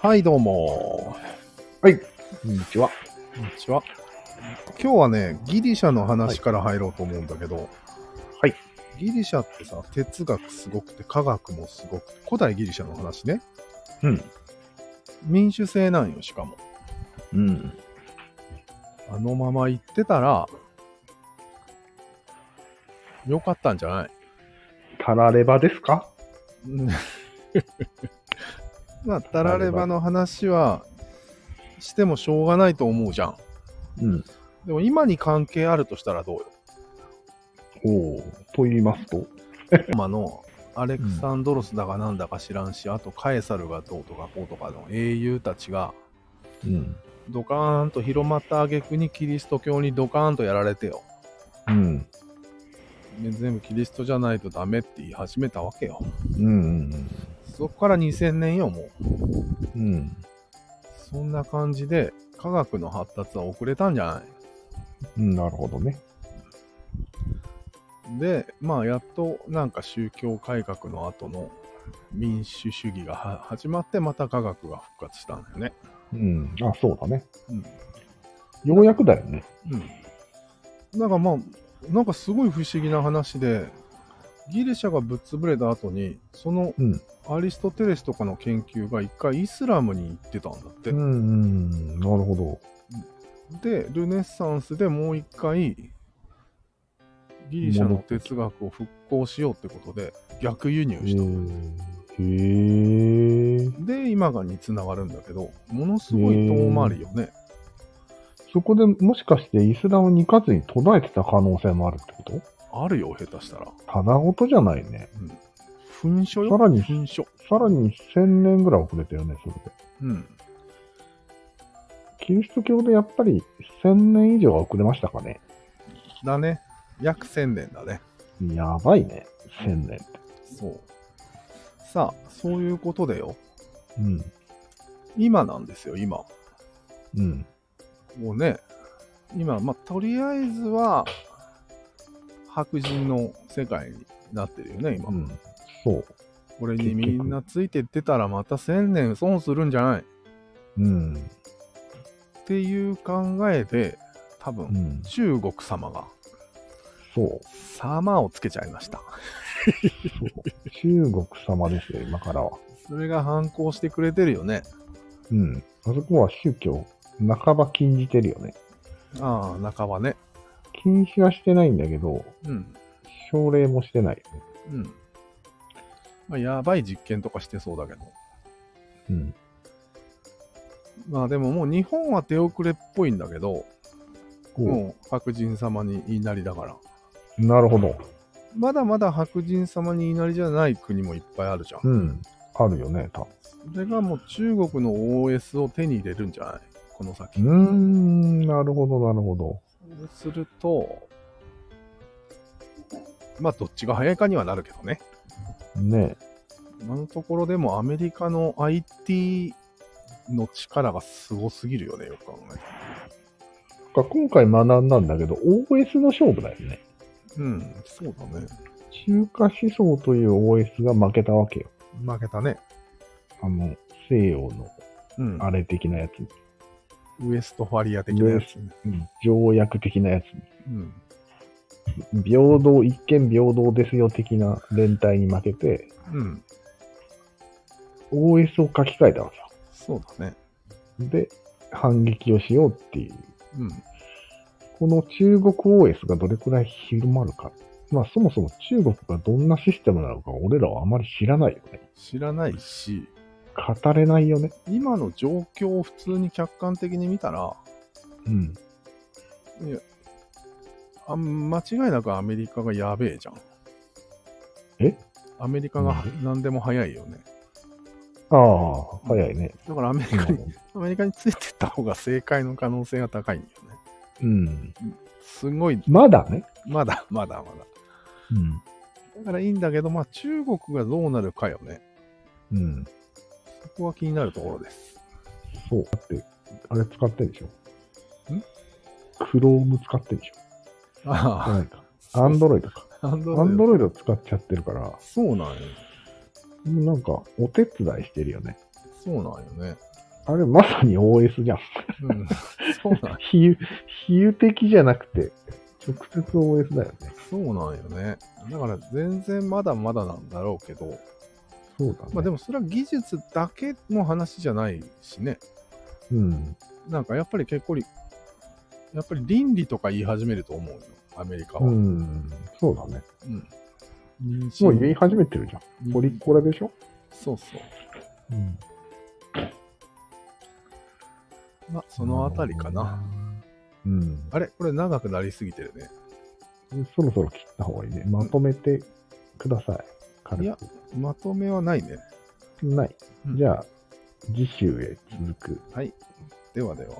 はい、どうも。はい。こんにちは。こんにちは。今日はね、ギリシャの話から入ろうと思うんだけど、はい。ギリシャってさ、哲学すごくて、科学もすごくて、古代ギリシャの話ね。うん。民主制なんよ、しかも。うん。あのまま行ってたら、よかったんじゃない タラレバですかうんまあ、タラレバの話はしてもしょうがないと思うじゃん。うん。でも今に関係あるとしたらどうよ。おお。と言いますと今のアレクサンドロスだかなんだか知らんし、あとカエサルがどうとかこうとかの英雄たちがうん。ドカーンと広まった挙句にキリスト教にドカーンとやられてよ。うん。ね全部キリストじゃないとダメって言い始めたわけよ。うん。そこから2000年よ、もう。うん。そんな感じで科学の発達は遅れたんじゃないうん。なるほどね。でまあやっとなんか宗教改革の後の民主主義がは始まってまた科学が復活したんだよね。うん。あ、そうだね。うんようやくだよね。うん、なんかまあなんかすごい不思議な話でギリシャがぶっ潰れた後にそのうん。アリストテレスとかの研究が一回イスラムに行ってたんだって。うんうん。なるほど。でルネッサンスでもう一回ギリシャの哲学を復興しようってことで逆輸入へした。ーへえ。で、今がにつながるんだけど、ものすごい遠回りよね。そこでもしかしてイスラムに行かずに途絶えてた可能性もあるってことあるよ、下手したら。ただごとじゃないね。うん。噴書よ。さらに噴書。さらに1000年ぐらい遅れたよね、それで。うん。キリスト教でやっぱり1000年以上は遅れましたかね。だね。約千年だね。やばいね、1000年って。そう。さあ、そういうことでよ。うん。今なんですよ、今。うん。もうね、今、まあ、とりあえずは、白人の世界になってるよね、今。うん。そう。これにみんなついてってたら、また千年損するんじゃないっうん。ていう考えで、多分、うん。中国様がそう。様をつけちゃいました。そう中国様です よ、今からは。それが反抗してくれてるよね。うん。あそこは宗教、半ば禁じてるよね。ああ、中はね。禁止はしてないんだけど、うん。奨励もしてないよね。うん。まあ、やばい実験とかしてそうだけど。うん。まあでももう日本は手遅れっぽいんだけど、こもう白人様に言いなりだから。うなるほど。まだまだ白人様に言いなりじゃない国もいっぱいあるじゃん。うん。あるよね、多それがもう中国の OS を手に入れるんじゃないこの先。分。うーん、なるほど、なるほど。すると、まあどっちが早いかにはなるけどね。ね今のところでもアメリカの IT の力がすごすぎるよね、よく考えたら。え。か今回学んだんだけど、OS の勝負だよね。うん、そうだね。中華思想という OS が負けたわけよ。負けたね。あの、西洋のうん。あれ的なやつに、ウエストファリア的なやつね。条約的なやつうん。に、平等、一見平等ですよ的な連帯に負けて、うん。 OS を書き換えたわけよ。そうだね。で、反撃をしようっていう。うん。この中国 OS がどれくらい広まるか。まあそもそも中国がどんなシステムなのか俺らはあまり知らないよね。知らないし、語れないよね。今の状況を普通に客観的に見たら、うん。あ間違いなくアメリカがやべえじゃん。えアメリカが何でも早いよね。ああ、早いね。だからアメリカに、アメリカについてった方が正解の可能性が高いんだよね。うん。すごい、まだね。まだまだまだ。うん。だからいいんだけど、まあ中国がどうなるかよね。うん。そこは気になるところです。そう。だって、あれ使ってるでしょ。んクローム使ってるでしょ。あないか。アンドロイドか。あ、アンドアロンイド。ドロイド使っちゃってるから、そうなんよ。なんか、お手伝いしてるよね。そうなんよね。あれ、まさに OS じゃん。う ん、そうなん、比喩、比喩的じゃなくて、直接 OS だよね。そうなんよね。だから全然まだまだなんだろうけど、そうだね。まあでもそれは技術だけの話じゃないしね。うん。なんかやっぱり結構り、やっぱり倫理とか言い始めると思うよ、アメリカは。ううん。ん。そうだね。妊娠もう言い始めてるじゃん。ポリコラでしょそうそう。うん。まあ、そのあたりかな。。うん。あれこれ長くなりすぎてるね。そろそろ切った方がいいね。まとめてください。軽いくやまとめはないね。ない。うんじゃあ、次週へ続く。はい。ではでは。